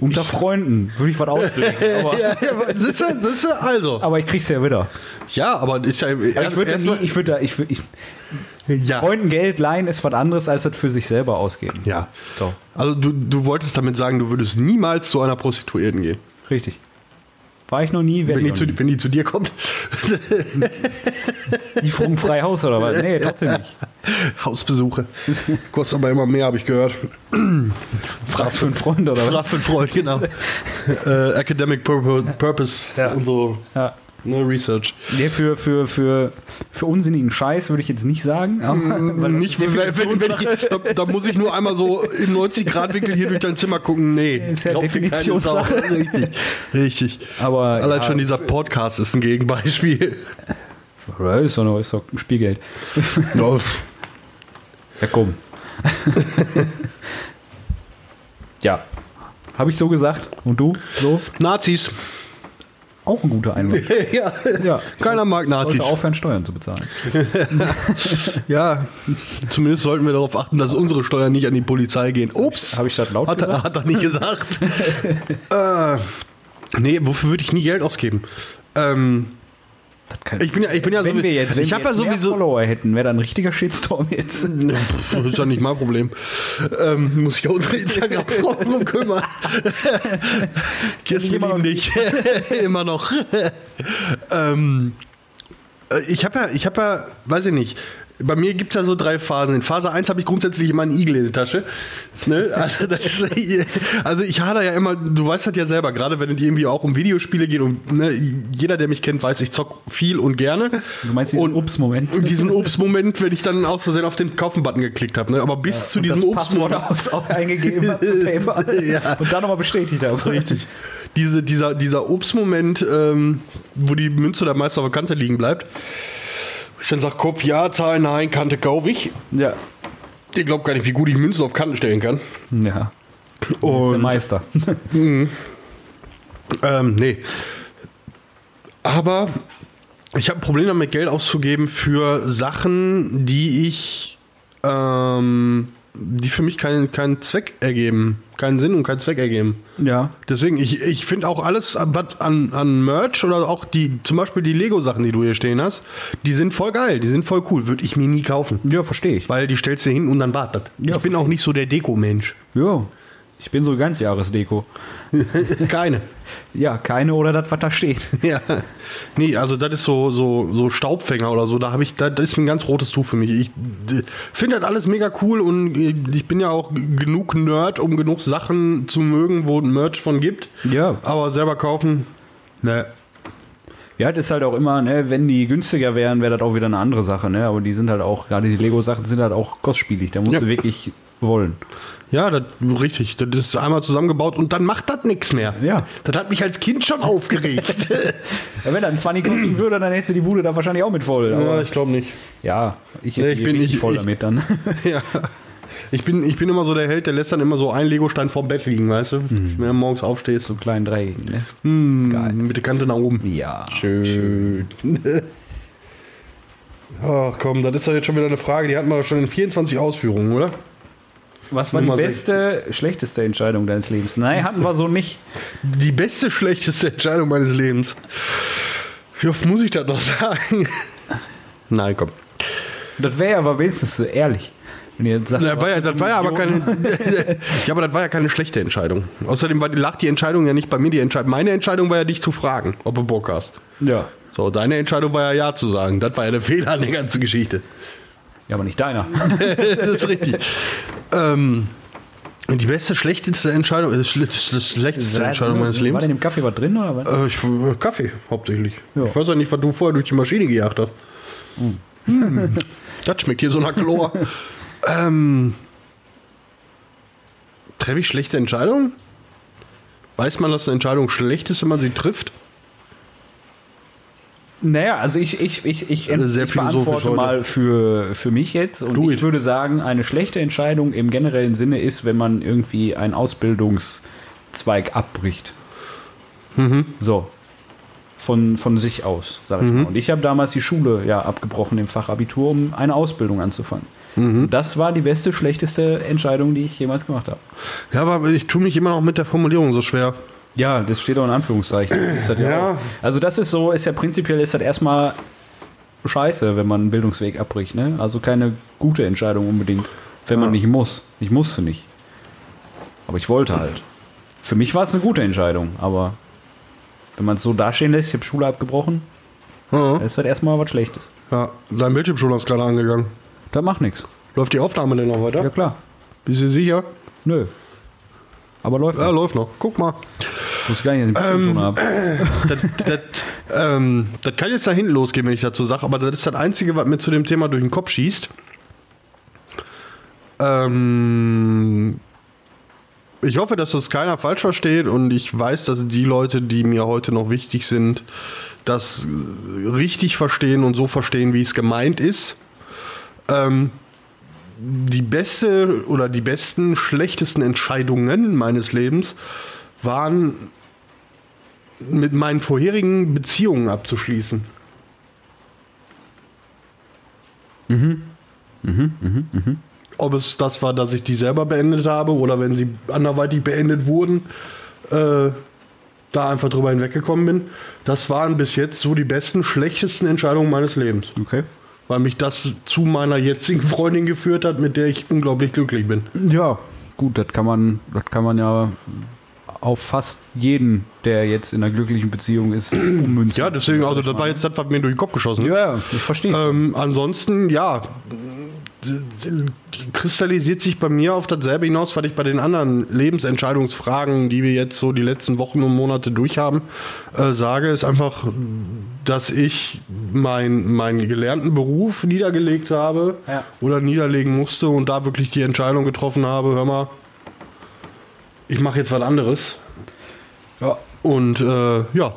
Speaker 1: Unter Freunden würde ich was ausdrücken. <laughs> Aber,
Speaker 2: Ja, ja, sitze, sitze, also.
Speaker 1: aber ich krieg's ja wieder.
Speaker 2: Ja, aber ist ja.
Speaker 1: Aber ich würde ja nie, ich würde da, ich, würd- ich,
Speaker 2: ja.
Speaker 1: Freunden Geld leihen ist was anderes, als das für sich selber ausgeben.
Speaker 2: ja.
Speaker 1: So,
Speaker 2: Also du, du wolltest damit sagen, du würdest niemals zu einer Prostituierten gehen.
Speaker 1: richtig. War ich noch nie, werde
Speaker 2: Wenn die,
Speaker 1: ich noch
Speaker 2: zu, wenn die zu dir kommt, <laughs>
Speaker 1: nie. Die vom Freihaus oder was? Nee, trotzdem nicht.
Speaker 2: <laughs> Hausbesuche. Kostet aber immer mehr, habe ich gehört.
Speaker 1: Fragst für einen Freund oder was?
Speaker 2: Frag für einen Freund,
Speaker 1: <laughs>
Speaker 2: genau. äh, academic Purpo- Purpose
Speaker 1: Ja.
Speaker 2: und so.
Speaker 1: Ja.
Speaker 2: Ne, Research.
Speaker 1: Nee, für, für, für, für unsinnigen Scheiß würde ich jetzt nicht sagen. aber- <laughs> <laughs> weil das
Speaker 2: Mm, Nicht,
Speaker 1: ist
Speaker 2: wenn, wenn, wenn, wenn
Speaker 1: Definitionssache.
Speaker 2: ich, da, da muss ich nur einmal so im 90-Grad-Winkel hier durch dein Zimmer gucken. Nee,
Speaker 1: Ist ja
Speaker 2: glaubt dir keine
Speaker 1: Definitionssache.
Speaker 2: Sau. Richtig, richtig.
Speaker 1: Aber
Speaker 2: Allein
Speaker 1: <laughs> ja,
Speaker 2: schon dieser Podcast ist ein Gegenbeispiel.
Speaker 1: Ja, Ist doch, noch- ist doch Spielgeld.
Speaker 2: Ja,
Speaker 1: Ja,
Speaker 2: <laughs>
Speaker 1: komm. ja. Habe ich so gesagt. Und du? So?
Speaker 2: Nazis.
Speaker 1: Auch ein guter Einwand.
Speaker 2: <laughs> ja,
Speaker 1: Ja.
Speaker 2: keiner mag
Speaker 1: Sollte
Speaker 2: Nazis.
Speaker 1: aufhören, Steuern zu bezahlen.
Speaker 2: Ja, zumindest sollten wir darauf achten, dass unsere Steuern nicht an die Polizei gehen. Ups,
Speaker 1: Habe ich das laut
Speaker 2: hat, er,
Speaker 1: gesagt?
Speaker 2: hat er nicht gesagt. <laughs> äh, nee, wofür würde ich nie Geld ausgeben? Ähm,
Speaker 1: Das kann-
Speaker 2: ich bin ja, ich bin ja
Speaker 1: wenn
Speaker 2: so,
Speaker 1: wir jetzt, wenn
Speaker 2: ich
Speaker 1: wir
Speaker 2: habe ja
Speaker 1: jetzt mehr
Speaker 2: sowieso,
Speaker 1: Follower hätten, wäre da ein richtiger Shitstorm
Speaker 2: <laughs>
Speaker 1: jetzt.
Speaker 2: Pff, Das ist ja nicht mein Problem. Ähm, muss ich ja unsere Instagram-Frau drum kümmern. Kirsten
Speaker 1: Immer
Speaker 2: immer
Speaker 1: noch
Speaker 2: nicht. <laughs> immer noch. ähm, äh, ich habe ja, ich habe ja, weiß ich nicht. Bei mir gibt es ja so drei Phasen. In Phase 1 habe ich grundsätzlich immer einen Igel in der Tasche. Ne? Also, das ist, <laughs> also ich hader ja immer, du weißt das ja selber, gerade wenn es irgendwie auch um Videospiele geht und ne, jeder, der mich kennt, weiß, ich zock viel und gerne.
Speaker 1: Du meinst diesen
Speaker 2: Und-
Speaker 1: Ups-Moment?
Speaker 2: und diesen Obstmoment, wenn ich dann aus Versehen auf den Kaufen-Button geklickt habe. Ne? Aber bis zu
Speaker 1: das
Speaker 2: diesem
Speaker 1: Passwort
Speaker 2: Obstmoment.
Speaker 1: auf, auf eingegeben hat, Paper. <laughs>
Speaker 2: Ja.
Speaker 1: und dann nochmal bestätigt habe.
Speaker 2: Richtig. Diese, dieser, dieser Obstmoment, ähm, wo die Münze dann meist auf der Kante liegen bleibt. Ich dann sage, Kopf ja, Zahl nein, Kante kauf ich.
Speaker 1: Ja.
Speaker 2: Ihr glaubt gar nicht, wie gut ich Münzen auf Kanten stellen kann.
Speaker 1: Ja. ist der
Speaker 2: Und
Speaker 1: Meister.
Speaker 2: Ähm, nee. Aber ich habe ein Problem damit, Geld auszugeben für Sachen, die ich, ähm, die für mich keinen keinen Zweck ergeben, keinen Sinn und keinen Zweck ergeben.
Speaker 1: <laughs> Ja.
Speaker 2: Deswegen, ich, ich finde auch alles, was an, an Merch oder auch die, zum Beispiel die Lego-Sachen, die du hier stehen hast, die sind voll geil, die sind voll cool, würde ich mir nie kaufen.
Speaker 1: Ja, verstehe ich.
Speaker 2: Weil die stellst du hin und dann wartet.
Speaker 1: Ja,
Speaker 2: ich bin auch nicht so der Deko-Mensch.
Speaker 1: Ja. Ich bin so ganz Jahresdeko.
Speaker 2: Keine. <laughs>
Speaker 1: Ja, keine oder das, was da steht.
Speaker 2: Ja. Nee, also das ist so, so, so Staubfänger oder so. Da habe ich, da- das ist ein ganz rotes Tuch für mich. Ich finde das alles mega cool und äh, ich bin ja auch g- genug Nerd, um genug Sachen zu mögen, wo ein Merch von gibt.
Speaker 1: <laughs> Ja.
Speaker 2: Aber selber kaufen, ne.
Speaker 1: Ja, das ist halt auch immer, ne, wenn die günstiger wären, wäre das auch wieder eine andere Sache, ne? Aber die sind halt auch, gerade die Lego-Sachen sind halt auch kostspielig. Da musst
Speaker 2: Ja.
Speaker 1: du wirklich wollen.
Speaker 2: Ja, das, richtig. Das ist einmal zusammengebaut und dann macht das nichts mehr.
Speaker 1: Ja.
Speaker 2: Das hat mich als Kind schon <laughs> aufgeregt.
Speaker 1: Ja, wenn dann 20 <clears throat> kosten würde, dann hättest du die Bude da wahrscheinlich auch mit voll. Aber
Speaker 2: ich glaube nicht.
Speaker 1: ja, ich,
Speaker 2: Nee,
Speaker 1: hätte
Speaker 2: ich
Speaker 1: die
Speaker 2: bin-
Speaker 1: richtig
Speaker 2: ich-
Speaker 1: voll
Speaker 2: ich-
Speaker 1: damit dann.
Speaker 2: <laughs> Ja. Ich bin, ich bin immer so der Held, der lässt dann immer so einen Legostein vorm Bett liegen, weißt du? Wenn du morgens aufstehst. So,
Speaker 1: Kleinen
Speaker 2: <laughs>
Speaker 1: Dreiecken, ne?
Speaker 2: hm,
Speaker 1: Geil.
Speaker 2: Mit der Kante nach oben.
Speaker 1: Ja.
Speaker 2: Schön. <laughs> Ach komm, das ist doch jetzt schon wieder eine Frage, die hatten wir schon in 24 Ausführungen, oder?
Speaker 1: Was war
Speaker 2: Nummer
Speaker 1: die beste, schlechteste Entscheidung deines Lebens? Nein, hatten wir so nicht.
Speaker 2: Die beste, schlechteste Entscheidung meines Lebens. Wie oft muss ich das noch sagen? <laughs> Nein, komm.
Speaker 1: Das wäre ja aber wenigstens so ehrlich. Wenn ihr jetzt sagt,
Speaker 2: Das war ja, das war ja aber
Speaker 1: Idiot.
Speaker 2: keine. <laughs> ja, aber das war ja keine schlechte Entscheidung. Außerdem war, die- lag die Entscheidung ja nicht bei mir. Die Entscheidung, meine Entscheidung war ja, dich zu fragen, ob du Bock hast.
Speaker 1: Ja.
Speaker 2: So, deine Entscheidung war ja, ja zu sagen. Das war ja der <laughs> Fehler an der ganzen Geschichte.
Speaker 1: Ja, aber nicht deiner.
Speaker 2: das ist richtig. ähm, die beste, schlechteste Entscheidung, äh, schle- schle- schlechteste
Speaker 1: <laughs>
Speaker 2: Entscheidung meines
Speaker 1: War
Speaker 2: Lebens.
Speaker 1: denn im Kaffee was drin oder was?
Speaker 2: Äh, ich, äh, Kaffee hauptsächlich.
Speaker 1: Ja.
Speaker 2: Ich weiß ja nicht, was du vorher durch die Maschine gejagt hast. Hm. <laughs> Das schmeckt hier so nach Chlor. <laughs> ähm, treffe ich schlechte Entscheidungen? Weiß man, dass eine Entscheidung schlecht ist, wenn man sie trifft?
Speaker 1: Naja, also ich, ich, ich, ich,
Speaker 2: Also sehr
Speaker 1: ich
Speaker 2: philosophisch
Speaker 1: beantworte
Speaker 2: heute.
Speaker 1: mal für, für mich jetzt. Und
Speaker 2: Do
Speaker 1: ich
Speaker 2: it.
Speaker 1: würde sagen, eine schlechte Entscheidung im generellen Sinne ist, wenn man irgendwie einen Ausbildungszweig abbricht.
Speaker 2: Mhm.
Speaker 1: So. Von, von sich aus, sag ich mal. Und ich habe damals die Schule ja abgebrochen im Fachabitur, um eine Ausbildung anzufangen.
Speaker 2: Mhm.
Speaker 1: Das war die beste, schlechteste Entscheidung, die ich jemals gemacht habe.
Speaker 2: Ja, aber ich tue mich immer noch mit der Formulierung so schwer.
Speaker 1: Ja, das steht auch in Anführungszeichen. Ist das ja
Speaker 2: Ja.
Speaker 1: auch. Also das ist so, ist ja prinzipiell ist das erstmal scheiße, wenn man einen Bildungsweg abbricht, ne? Also keine gute Entscheidung unbedingt, wenn man
Speaker 2: Ja.
Speaker 1: nicht muss. Ich musste nicht. Aber ich wollte halt. Für mich war es eine gute Entscheidung, aber wenn man es so dastehen lässt, ich habe Schule abgebrochen,
Speaker 2: Ja.
Speaker 1: dann ist das erstmal was Schlechtes.
Speaker 2: Ja, dein Bildschirmschoner ist gerade angegangen.
Speaker 1: Das macht nichts.
Speaker 2: Läuft die Aufnahme denn noch weiter?
Speaker 1: Ja klar.
Speaker 2: Bist du sicher?
Speaker 1: Nö. Aber läuft.
Speaker 2: Ja,
Speaker 1: Ja,
Speaker 2: läuft noch. Guck mal.
Speaker 1: Muss ich gar nicht, dass ich ähm, schon habe.
Speaker 2: Das, das, ähm, das kann jetzt da hinten losgehen, wenn ich dazu sage, aber das ist das Einzige, was mir zu dem Thema durch den Kopf schießt. Ähm, ich hoffe, dass das keiner falsch versteht und ich weiß, dass die Leute, die mir heute noch wichtig sind, das äh, richtig verstehen und so verstehen, wie es gemeint ist. Ähm, die beste oder die besten, schlechtesten Entscheidungen meines Lebens waren mit meinen vorherigen Beziehungen abzuschließen. Mhm. Ob es das war, dass ich die selber beendet habe oder wenn sie anderweitig beendet wurden, äh, da einfach drüber hinweggekommen bin. Das waren bis jetzt so die besten, schlechtesten Entscheidungen meines Lebens,
Speaker 1: Okay.
Speaker 2: weil mich das zu meiner jetzigen Freundin geführt hat, mit der ich unglaublich glücklich bin.
Speaker 1: Ja, gut, das kann man, das kann man ja auf fast jeden, der jetzt in einer glücklichen
Speaker 2: <clears throat>
Speaker 1: Beziehung ist, ummünzen.
Speaker 2: Ja, deswegen, also das war jetzt das, was mir durch den Kopf geschossen ist.
Speaker 1: Ja, ja, ich verstehe.
Speaker 2: Ähm, ansonsten, ja, d- d- kristallisiert sich bei mir auf dasselbe hinaus, was ich bei den anderen Lebensentscheidungsfragen, die wir jetzt so die letzten Wochen und Monate durchhaben, äh, sage, ist einfach, dass ich mein- meinen gelernten Beruf niedergelegt habe
Speaker 1: Ja.
Speaker 2: oder niederlegen musste und da wirklich die Entscheidung getroffen habe, hör mal, ich mache jetzt was anderes.
Speaker 1: ja,
Speaker 2: Und äh, ja,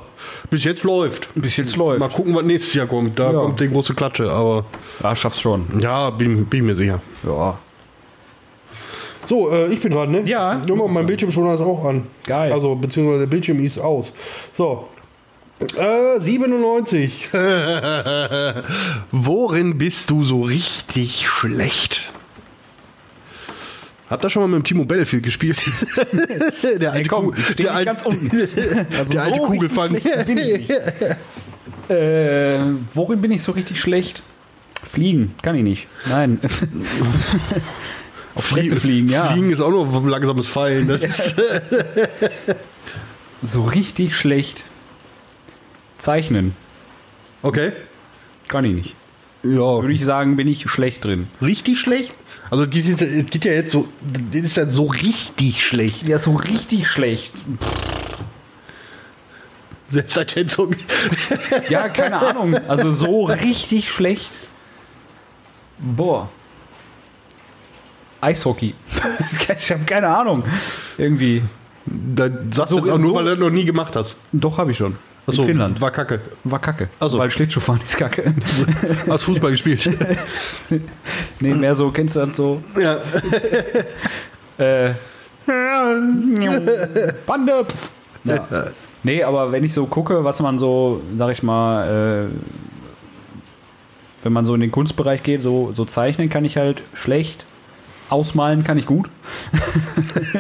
Speaker 2: bis jetzt läuft.
Speaker 1: bis jetzt läuft.
Speaker 2: Mal gucken, was nächstes Jahr kommt. Da
Speaker 1: Ja.
Speaker 2: kommt die große Klatsche, aber.
Speaker 1: Ja, schaff's schon.
Speaker 2: Ja, bin, bin mir sicher.
Speaker 1: Ja.
Speaker 2: So, äh, ich bin dran, ne?
Speaker 1: Ja.
Speaker 2: Junge, mein Bildschirmschoner ist auch an.
Speaker 1: Geil.
Speaker 2: Also, beziehungsweise der Bildschirm ist aus. So. Äh, 97. <laughs> Worin bist du so richtig schlecht? Habt ihr schon mal mit dem Timo Battlefield gespielt? <laughs> der alte,
Speaker 1: komm,
Speaker 2: Ku-
Speaker 1: ich steh
Speaker 2: der
Speaker 1: nicht
Speaker 2: alte, <laughs>
Speaker 1: ganz unten. Also
Speaker 2: der alte
Speaker 1: so richtig
Speaker 2: Kugelfang. <laughs>
Speaker 1: schlecht bin ich nicht. Äh, worin bin ich so richtig schlecht? Fliegen, kann ich nicht. Nein. <laughs> Auf Fresse fliegen, ja.
Speaker 2: Fliegen ist auch nur ein langsames Fallen. ne?
Speaker 1: <laughs>
Speaker 2: Das ist,
Speaker 1: So richtig schlecht. Zeichnen,
Speaker 2: okay.
Speaker 1: kann ich nicht.
Speaker 2: Ja.
Speaker 1: Würde ich sagen, bin ich schlecht drin.
Speaker 2: Richtig schlecht? Also geht, jetzt- geht ja jetzt so, das ist ja so richtig schlecht.
Speaker 1: Ja, so richtig schlecht.
Speaker 2: Selbsteinschätzung.
Speaker 1: Ja, keine Ahnung. Also so richtig schlecht. Boah. Eishockey. <laughs> ich habe keine Ahnung. Irgendwie.
Speaker 2: Da sagst
Speaker 1: So-
Speaker 2: du jetzt auch
Speaker 1: so-
Speaker 2: nur, weil du das noch nie gemacht hast.
Speaker 1: Doch, habe ich schon.
Speaker 2: Ach so,
Speaker 1: In Finnland. War,
Speaker 2: War kacke.
Speaker 1: kacke.
Speaker 2: Ach so.
Speaker 1: Weil Schlittschuhfahren ist kacke.
Speaker 2: Hast Fußball gespielt.
Speaker 1: nee, mehr so, kennst du das so?
Speaker 2: <laughs> ja.
Speaker 1: Äh. Bande. pf. Ja. Nee, aber wenn ich so gucke, was man so, sag ich mal, äh, wenn man so in den Kunstbereich geht, so, so zeichnen kann ich halt schlecht, ausmalen kann ich gut. <laughs>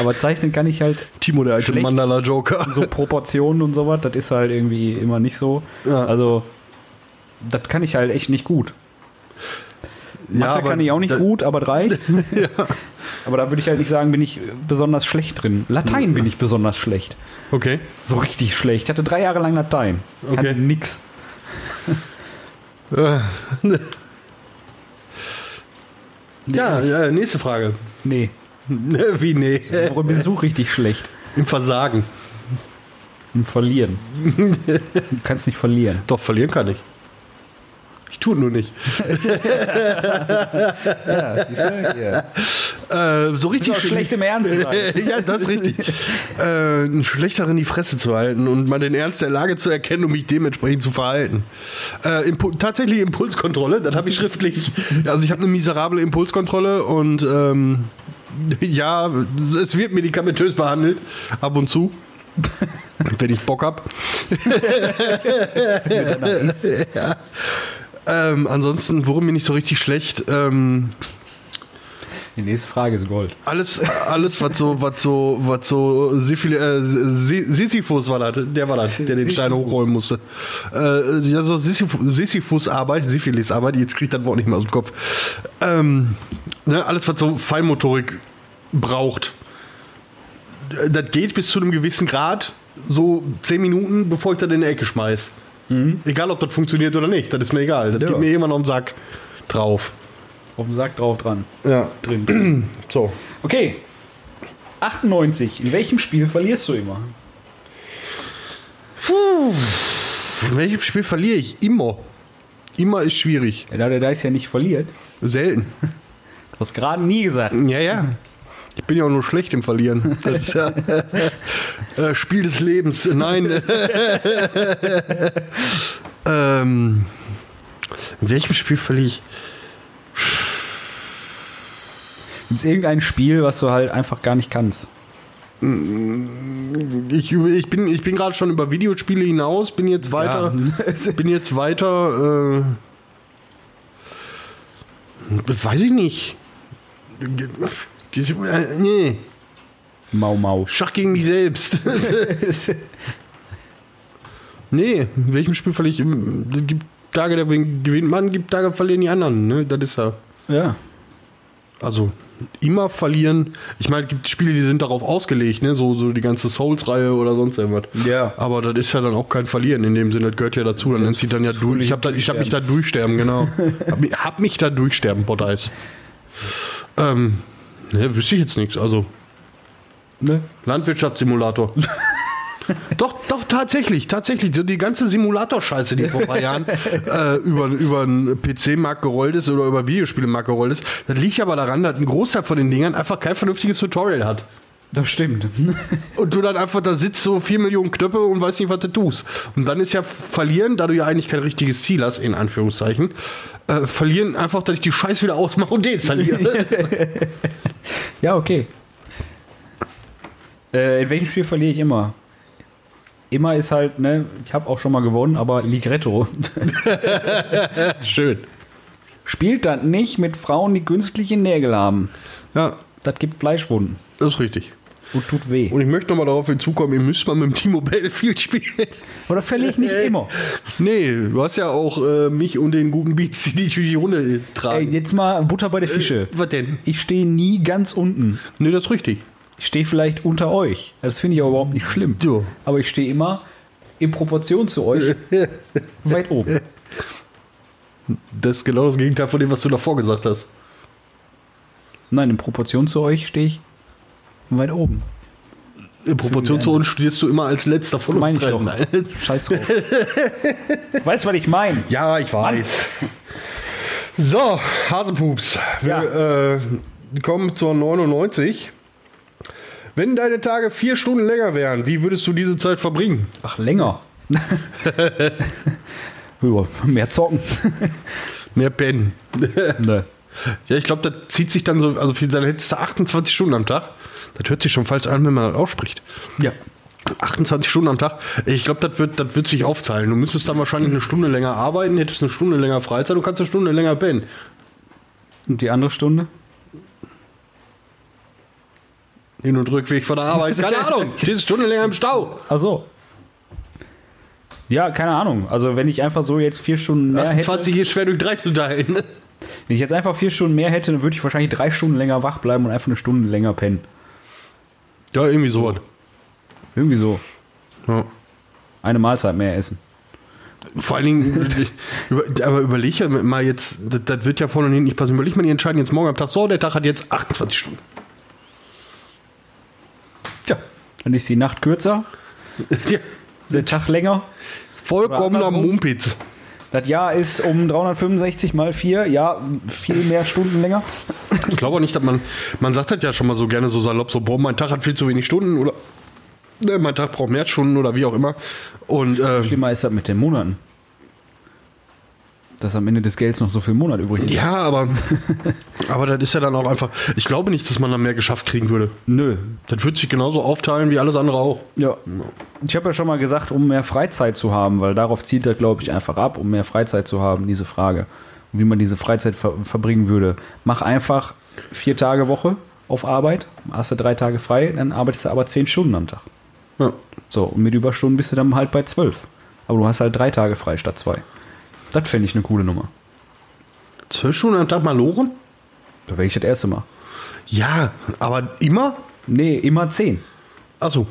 Speaker 1: aber zeichnen kann ich halt
Speaker 2: Timo, der alte
Speaker 1: Schlecht.
Speaker 2: Mandala-Joker.
Speaker 1: so Proportionen und sowas, das ist halt irgendwie immer nicht so.
Speaker 2: Ja.
Speaker 1: Also, das kann ich halt echt nicht gut. Mathe
Speaker 2: aber
Speaker 1: kann ich auch nicht
Speaker 2: da-
Speaker 1: gut, aber das reicht. Aber da würde ich halt nicht sagen, bin ich äh, besonders schlecht drin. Latein bin ich besonders schlecht.
Speaker 2: Okay. <laughs>
Speaker 1: So richtig schlecht. Ich hatte drei Jahre lang Latein.
Speaker 2: Okay.
Speaker 1: Hatte nix.
Speaker 2: Äh, ja, ja, nächste Frage. <laughs>
Speaker 1: Nee.
Speaker 2: Wie nee?
Speaker 1: Worin bist du richtig schlecht?
Speaker 2: Im Versagen.
Speaker 1: Im Verlieren. Du kannst nicht verlieren.
Speaker 2: Doch, verlieren kann ich. Ich tue nur nicht.
Speaker 1: <laughs> Ja, siehst du? Ja.
Speaker 2: Äh, so richtig
Speaker 1: auch schlecht
Speaker 2: <laughs>
Speaker 1: im Ernst sein.
Speaker 2: ja, das ist richtig. äh, einen Schlechteren die Fresse zu halten und mal den Ernst der Lage zu erkennen, um mich dementsprechend zu verhalten. Äh, Impu tatsächlich Impulskontrolle, das habe ich schriftlich. Also ich habe eine miserable Impulskontrolle und ähm, ja, es wird medikamentös behandelt, ab und zu. Wenn ich Bock hab. Ähm, ansonsten, worum bin ich so richtig schlecht? Ähm,
Speaker 1: Die nächste Frage ist Gold.
Speaker 2: alles, alles, was so, was so, was so Sisyphil, äh, Si- Sisyphus war das, der war das, der den Stein
Speaker 1: Sisyphus.
Speaker 2: hochräumen musste. Äh, ja, so Sisyphus- Sisyphus-Arbeit, Syphilis-Arbeit, jetzt kriege ich das Wort nicht mehr aus dem Kopf. Ähm, ne, alles, was so Feinmotorik braucht. D- Das geht bis zu einem gewissen Grad, so 10 Minuten, bevor ich das in die Ecke schmeiß. Egal, ob das funktioniert oder nicht, das ist mir egal. Das
Speaker 1: Mhm. Ja.
Speaker 2: geht mir immer noch einen Sack drauf.
Speaker 1: Auf dem Sack drauf dran.
Speaker 2: Ja,
Speaker 1: Drin.
Speaker 2: so.
Speaker 1: Okay. 98. In welchem Spiel verlierst du immer?
Speaker 2: In welchem Spiel verliere ich? Immer. Immer ist schwierig.
Speaker 1: Ja, da der Dice ja nicht verliert.
Speaker 2: Selten.
Speaker 1: Du hast gerade nie gesagt.
Speaker 2: Ja, ja. Ich bin ja auch nur schlecht im Verlieren. Das ist <laughs> ja, äh, Spiel des Lebens. <laughs> Nein. ähm, in welchem Spiel verliere ich?
Speaker 1: Gibt es irgendein Spiel, was du halt einfach gar nicht kannst?
Speaker 2: Ich, übe- ich bin, ich bin gerade schon über Videospiele hinaus, bin jetzt <laughs> weiter.
Speaker 1: Ja.
Speaker 2: Bin jetzt weiter. Äh, weiß ich nicht. Äh, Nee.
Speaker 1: Mau Mau.
Speaker 2: Schach gegen mich selbst. nee, in welchem Spiel verliere ich? Es gibt Tage, da gewinnt man, gibt Tage, verlieren die anderen. Ne? Das ist ja.
Speaker 1: Ja.
Speaker 2: Also, immer verlieren. Ich meine, es gibt Spiele, die sind darauf ausgelegt, ne? so, so die ganze Souls-Reihe oder sonst irgendwas.
Speaker 1: Ja.
Speaker 2: Aber das ist ja dann auch kein Verlieren in dem Sinne, das gehört ja dazu. Dann nennt sich dann ja durch. Ich habe da, ich hab mich da durchsterben, genau. hab, mi- hab mich da durchsterben, Bodice. Ähm, ne, wüsste ich jetzt nichts. Also,
Speaker 1: Ne?
Speaker 2: Landwirtschaftssimulator. <laughs> doch, doch, tatsächlich, tatsächlich. So Die ganze Simulator-Scheiße, die vor ein paar Jahren äh, über, über einen PC-Markt gerollt ist oder über Videospiele-Markt gerollt ist. Das liegt aber daran, dass ein Großteil von den Dingern einfach kein vernünftiges Tutorial hat.
Speaker 1: Das stimmt.
Speaker 2: Und du dann einfach da sitzt, so 4 Millionen Knöpfe und weißt nicht, was du tust. Und dann ist ja verlieren, da du ja eigentlich kein richtiges Ziel hast, in Anführungszeichen, äh, verlieren einfach, dass ich die Scheiße wieder ausmache und deinstalliere.
Speaker 1: ja, okay. Äh, in welchem Spiel verliere ich immer? Immer ist halt, ne, ich habe auch schon mal gewonnen, aber Ligretto. <laughs>
Speaker 2: Schön.
Speaker 1: Spielt das nicht mit Frauen, die künstliche Nägel haben.
Speaker 2: Ja,
Speaker 1: Das gibt Fleischwunden
Speaker 2: das ist richtig.
Speaker 1: und tut weh.
Speaker 2: Und ich möchte nochmal darauf hinzukommen, ihr müsst mal mit dem Timo <laughs> Battlefield spielen.
Speaker 1: Oder verliere ich nicht immer.
Speaker 2: Nee, du hast ja auch äh, mich und den guten Beats, die dich durch die Runde
Speaker 1: Ey,
Speaker 2: tragen.
Speaker 1: jetzt mal Butter bei der Fische.
Speaker 2: was denn?
Speaker 1: Ich stehe nie ganz unten.
Speaker 2: Nee, das ist richtig.
Speaker 1: Ich stehe vielleicht unter euch. Das finde ich aber überhaupt nicht schlimm.
Speaker 2: Ja.
Speaker 1: Aber ich stehe immer in Proportion zu euch weit oben.
Speaker 2: Das ist genau das Gegenteil von dem, was du davor gesagt hast.
Speaker 1: Nein, in Proportion zu euch stehe ich weit oben.
Speaker 2: In Proportion zu uns studierst du immer als letzter von uns.
Speaker 1: Äh, Meine ich
Speaker 2: dreien.
Speaker 1: doch.
Speaker 2: Nein.
Speaker 1: Scheiß drauf. <laughs> weißt du, was ich meine?
Speaker 2: Ja, ich weiß. So, Hasenpups. Wir äh, kommen zur 99. Wenn deine Tage vier Stunden länger wären, wie würdest du diese Zeit verbringen?
Speaker 1: Ach, <laughs> länger. ja, mehr <laughs> zocken.
Speaker 2: Mehr pennen.
Speaker 1: ne.
Speaker 2: Ja, ich glaube, das zieht sich dann so, also für- dann hättest du 28 Stunden am Tag. Das hört sich schon falsch an, wenn man das ausspricht.
Speaker 1: Ja.
Speaker 2: 28 Stunden am Tag. Ich glaube, das wird, das wird sich aufzahlen. Du müsstest dann wahrscheinlich eine Stunde länger arbeiten, hättest eine Stunde länger Freizeit, du kannst eine Stunde länger pennen.
Speaker 1: Und die andere Stunde?
Speaker 2: Hin- und Rückweg von der Arbeit,
Speaker 1: <laughs>
Speaker 2: keine Ahnung. Stehst eine Stunde länger im Stau.
Speaker 1: Ach so. Ja, keine Ahnung. Also, wenn ich einfach so jetzt vier Stunden mehr hätte.
Speaker 2: 28 ist schwer durch drei zu teilen.
Speaker 1: Wenn ich jetzt einfach vier Stunden mehr hätte, dann würde ich wahrscheinlich drei Stunden länger wach bleiben und einfach eine Stunde länger pennen.
Speaker 2: Ja, irgendwie sowas.
Speaker 1: Irgendwie so.
Speaker 2: Ja.
Speaker 1: Eine Mahlzeit mehr essen.
Speaker 2: Vor allen
Speaker 1: <laughs>
Speaker 2: Dingen, über, aber überleg ja mal jetzt, das, das wird ja vorne und hinten nicht passen. Überleg mal, die entscheiden jetzt morgen am Tag, so, der Tag hat jetzt 28 Stunden. <laughs>
Speaker 1: Tja, dann ist die Nacht kürzer,
Speaker 2: Ja,
Speaker 1: der Tag länger. Oder
Speaker 2: vollkommener
Speaker 1: andersrum.
Speaker 2: Mumpitz.
Speaker 1: Das Jahr ist um 365 mal 4, ja, viel mehr Stunden länger.
Speaker 2: Ich glaube auch nicht, dass man, man sagt das ja schon mal so gerne so salopp, so, boah, mein Tag hat viel zu wenig Stunden oder ne, mein Tag braucht mehr Stunden oder wie auch immer. Und äh,
Speaker 1: Schlimmer ist das mit den Monaten. dass am Ende des Gelds noch so viel Monat übrig ist.
Speaker 2: Ja, aber, <laughs> aber das ist ja dann auch einfach. Ich glaube nicht, dass man da mehr geschafft kriegen würde.
Speaker 1: Nö.
Speaker 2: Das würde sich genauso aufteilen wie alles andere auch.
Speaker 1: Ja. Ich habe ja schon mal gesagt, um mehr Freizeit zu haben, weil darauf zielt er, glaube ich, einfach ab, um mehr Freizeit zu haben, diese Frage. Und wie man diese Freizeit ver verbringen würde. Mach einfach vier Tage Woche auf Arbeit, hast du drei Tage frei, dann arbeitest du aber zehn Stunden am Tag.
Speaker 2: Ja.
Speaker 1: So, und mit Überstunden bist du dann halt bei zwölf. Aber du hast halt drei Tage frei statt zwei. Das fände ich eine coole Nummer.
Speaker 2: Zwölf Stunden am Tag mal loren?
Speaker 1: Da wäre ich das erste Mal.
Speaker 2: Ja, aber immer?
Speaker 1: Nee, immer zehn.
Speaker 2: Achso.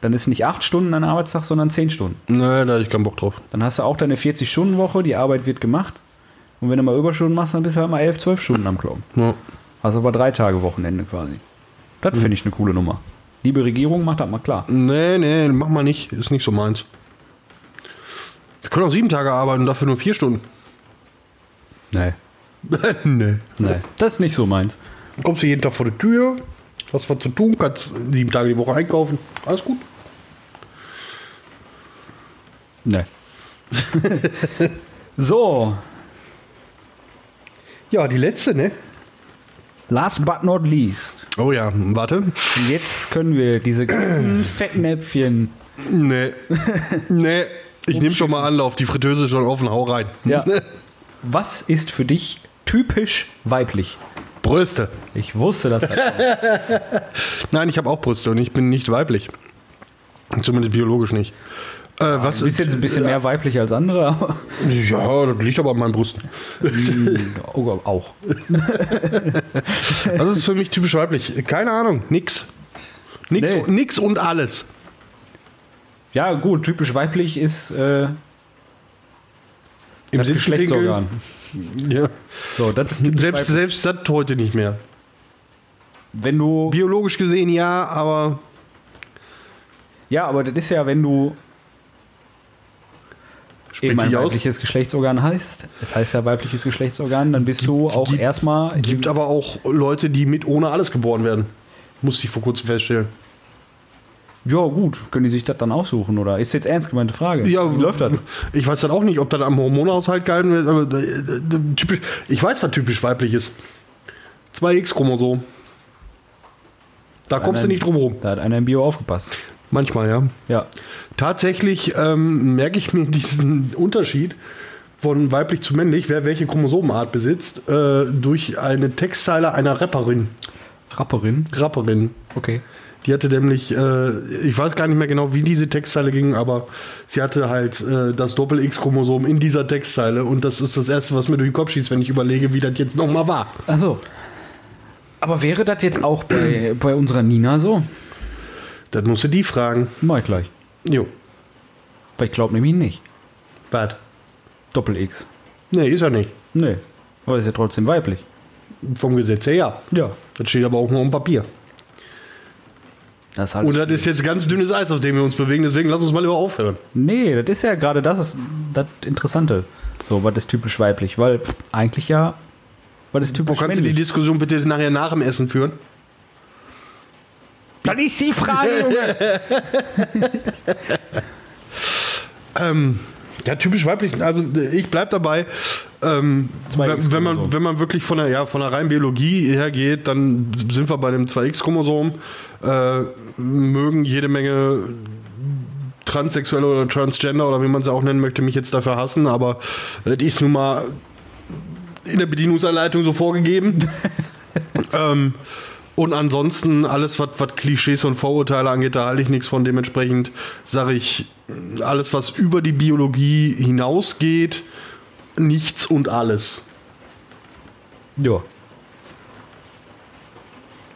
Speaker 1: Dann ist nicht acht Stunden ein Arbeitstag, sondern zehn Stunden.
Speaker 2: Nee, da hätte ich keinen Bock drauf.
Speaker 1: Dann hast du auch deine 40-Stunden-Woche, die Arbeit wird gemacht. Und wenn du mal Überstunden machst, dann bist du halt mal elf, zwölf Stunden am Klon.
Speaker 2: Ja.
Speaker 1: Hast aber drei Tage Wochenende quasi. Das finde ich eine coole Nummer. Liebe Regierung, macht das mal klar.
Speaker 2: Nee, nee, mach mal nicht. Ist nicht so meins. Wir können auch sieben Tage arbeiten, dafür nur vier Stunden. <laughs>
Speaker 1: Nee,
Speaker 2: nee.
Speaker 1: nee. Das ist nicht so meins.
Speaker 2: Dann kommst du jeden Tag vor die Tür, hast was zu tun, kannst sieben Tage die Woche einkaufen. Alles gut.
Speaker 1: <laughs> Nee. so,
Speaker 2: Ja, die letzte, ne?
Speaker 1: last but not least.
Speaker 2: Oh ja, warte.
Speaker 1: Jetzt können wir
Speaker 2: <clears throat>
Speaker 1: diese ganzen Fettnäpfchen. <laughs>
Speaker 2: Nee. nee. Ich nehme schon mal Anlauf. Die Fritteuse ist schon offen. Hau rein.
Speaker 1: Ja. Was ist für dich typisch weiblich?
Speaker 2: <laughs> Brüste.
Speaker 1: Ich wusste das.
Speaker 2: <laughs> Nein, ich habe auch Brüste und ich bin nicht weiblich. Zumindest biologisch nicht. Äh, was
Speaker 1: Du bist jetzt ein bisschen mehr weiblich als andere,
Speaker 2: <laughs>
Speaker 1: aber
Speaker 2: Ja, das liegt aber an meinen Brüsten.
Speaker 1: oh, Gott, auch.
Speaker 2: Das ist für mich typisch weiblich. Keine Ahnung, nix. Nix,
Speaker 1: Nee.
Speaker 2: nix und alles.
Speaker 1: Ja, gut, typisch weiblich ist äh,
Speaker 2: Im
Speaker 1: das
Speaker 2: Sinn
Speaker 1: Geschlechtsorgan.
Speaker 2: Ja.
Speaker 1: So, das ist typisch
Speaker 2: Selbst,
Speaker 1: weiblich.
Speaker 2: selbst das heute nicht mehr.
Speaker 1: wenn du
Speaker 2: Biologisch gesehen ja, aber
Speaker 1: ja, aber das ist ja, wenn du eben ein
Speaker 2: dich aus?
Speaker 1: weibliches Geschlechtsorgan heißt. Das heißt ja weibliches Geschlechtsorgan, dann bist du auch
Speaker 2: gibt-
Speaker 1: erstmal im-
Speaker 2: gibt aber auch Leute, die mit ohne alles geboren werden. Musste ich vor kurzem feststellen.
Speaker 1: Ja, gut, können die sich das dann aussuchen oder ist jetzt ernst gemeinte Frage. Wie läuft das?
Speaker 2: Ich weiß dann auch nicht, ob das am Hormonhaushalt gehalten wird, aber äh, äh, typisch, ich weiß, was typisch weiblich ist. 2X-Chromosom. Da kommst du
Speaker 1: einer-
Speaker 2: nicht drum rum.
Speaker 1: Da hat einer im Bio aufgepasst.
Speaker 2: Manchmal, ja.
Speaker 1: Ja.
Speaker 2: Tatsächlich ähm, merke ich mir <laughs> diesen Unterschied von weiblich zu männlich, wer welche Chromosomenart besitzt, äh, durch eine Textzeile einer Rapperin.
Speaker 1: Rapperin.
Speaker 2: Rapperin.
Speaker 1: Okay.
Speaker 2: Die hatte nämlich, äh, ich weiß gar nicht mehr genau, wie diese Textzeile ging, aber sie hatte halt äh, das Doppel-X-Chromosom in dieser Textzeile und das ist das Erste, was mir durch den Kopf schießt, wenn ich überlege, wie das jetzt nochmal war.
Speaker 1: Achso. Aber wäre das jetzt auch bei, bei unserer Nina so?
Speaker 2: Dann musst du die fragen.
Speaker 1: Mach ich gleich.
Speaker 2: Jo,
Speaker 1: Weil ich glaube nämlich nicht.
Speaker 2: warte.
Speaker 1: Doppel-X.
Speaker 2: Nee, ist er nicht.
Speaker 1: Nee. Aber ist ja trotzdem weiblich.
Speaker 2: Vom Gesetz her ja.
Speaker 1: Ja.
Speaker 2: Das steht aber auch nur auf dem Papier.
Speaker 1: Das ist halt
Speaker 2: Und das ist jetzt ganz dünnes Eis, auf dem wir uns bewegen, deswegen lass uns mal lieber aufhören.
Speaker 1: Nee, das ist ja gerade das, ist das Interessante. So, was ist typisch weiblich? Weil pff, eigentlich ja, was ist
Speaker 2: Wo
Speaker 1: typisch
Speaker 2: kannst du die
Speaker 1: männlich?
Speaker 2: Diskussion bitte nachher nach dem Essen führen?
Speaker 1: Dann ist
Speaker 2: <laughs>
Speaker 1: die Frage, Junge.
Speaker 2: Ähm, ja, typisch weiblich. Also ich bleib dabei. Ähm,
Speaker 1: Zwei
Speaker 2: wenn, wenn, man,
Speaker 1: X-Chromosom.
Speaker 2: wenn man wirklich von der, ja, von der reinen Biologie hergeht, dann sind wir bei dem 2X-Chromosom. Äh, mögen jede Menge Transsexuelle oder Transgender oder wie man sie auch nennen möchte, mich jetzt dafür hassen, aber das ist nun mal in der Bedienungsanleitung so vorgegeben. ähm, und ansonsten alles, was was Klischees und Vorurteile angeht, da halte ich nichts von. Dementsprechend sage ich, alles, was über die Biologie hinausgeht, nichts und alles.
Speaker 1: ja,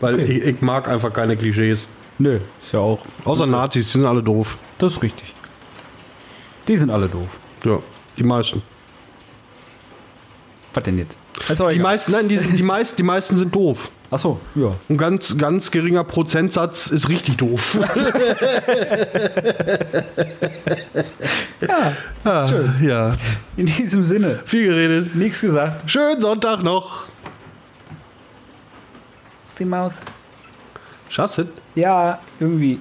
Speaker 2: Weil
Speaker 1: Okay.
Speaker 2: ich, ich mag einfach keine Klischees.
Speaker 1: nö, ist ja auch,
Speaker 2: Außer Nazis, die sind alle doof.
Speaker 1: das ist richtig. Die sind alle doof.
Speaker 2: Ja, die meisten.
Speaker 1: Was denn jetzt? Ist auch
Speaker 2: Die
Speaker 1: egal.
Speaker 2: meisten, nein, die, die, meisten, die meisten sind doof.
Speaker 1: Ach so, ja.
Speaker 2: Ein ganz, ganz geringer Prozentsatz ist richtig <laughs> doof. ja, schön. Ah, ja.
Speaker 1: In diesem Sinne,
Speaker 2: Viel geredet.
Speaker 1: nichts gesagt.
Speaker 2: Schönen Sonntag noch.
Speaker 1: Die Maus.
Speaker 2: Schaffst du?
Speaker 1: Ja, irgendwie.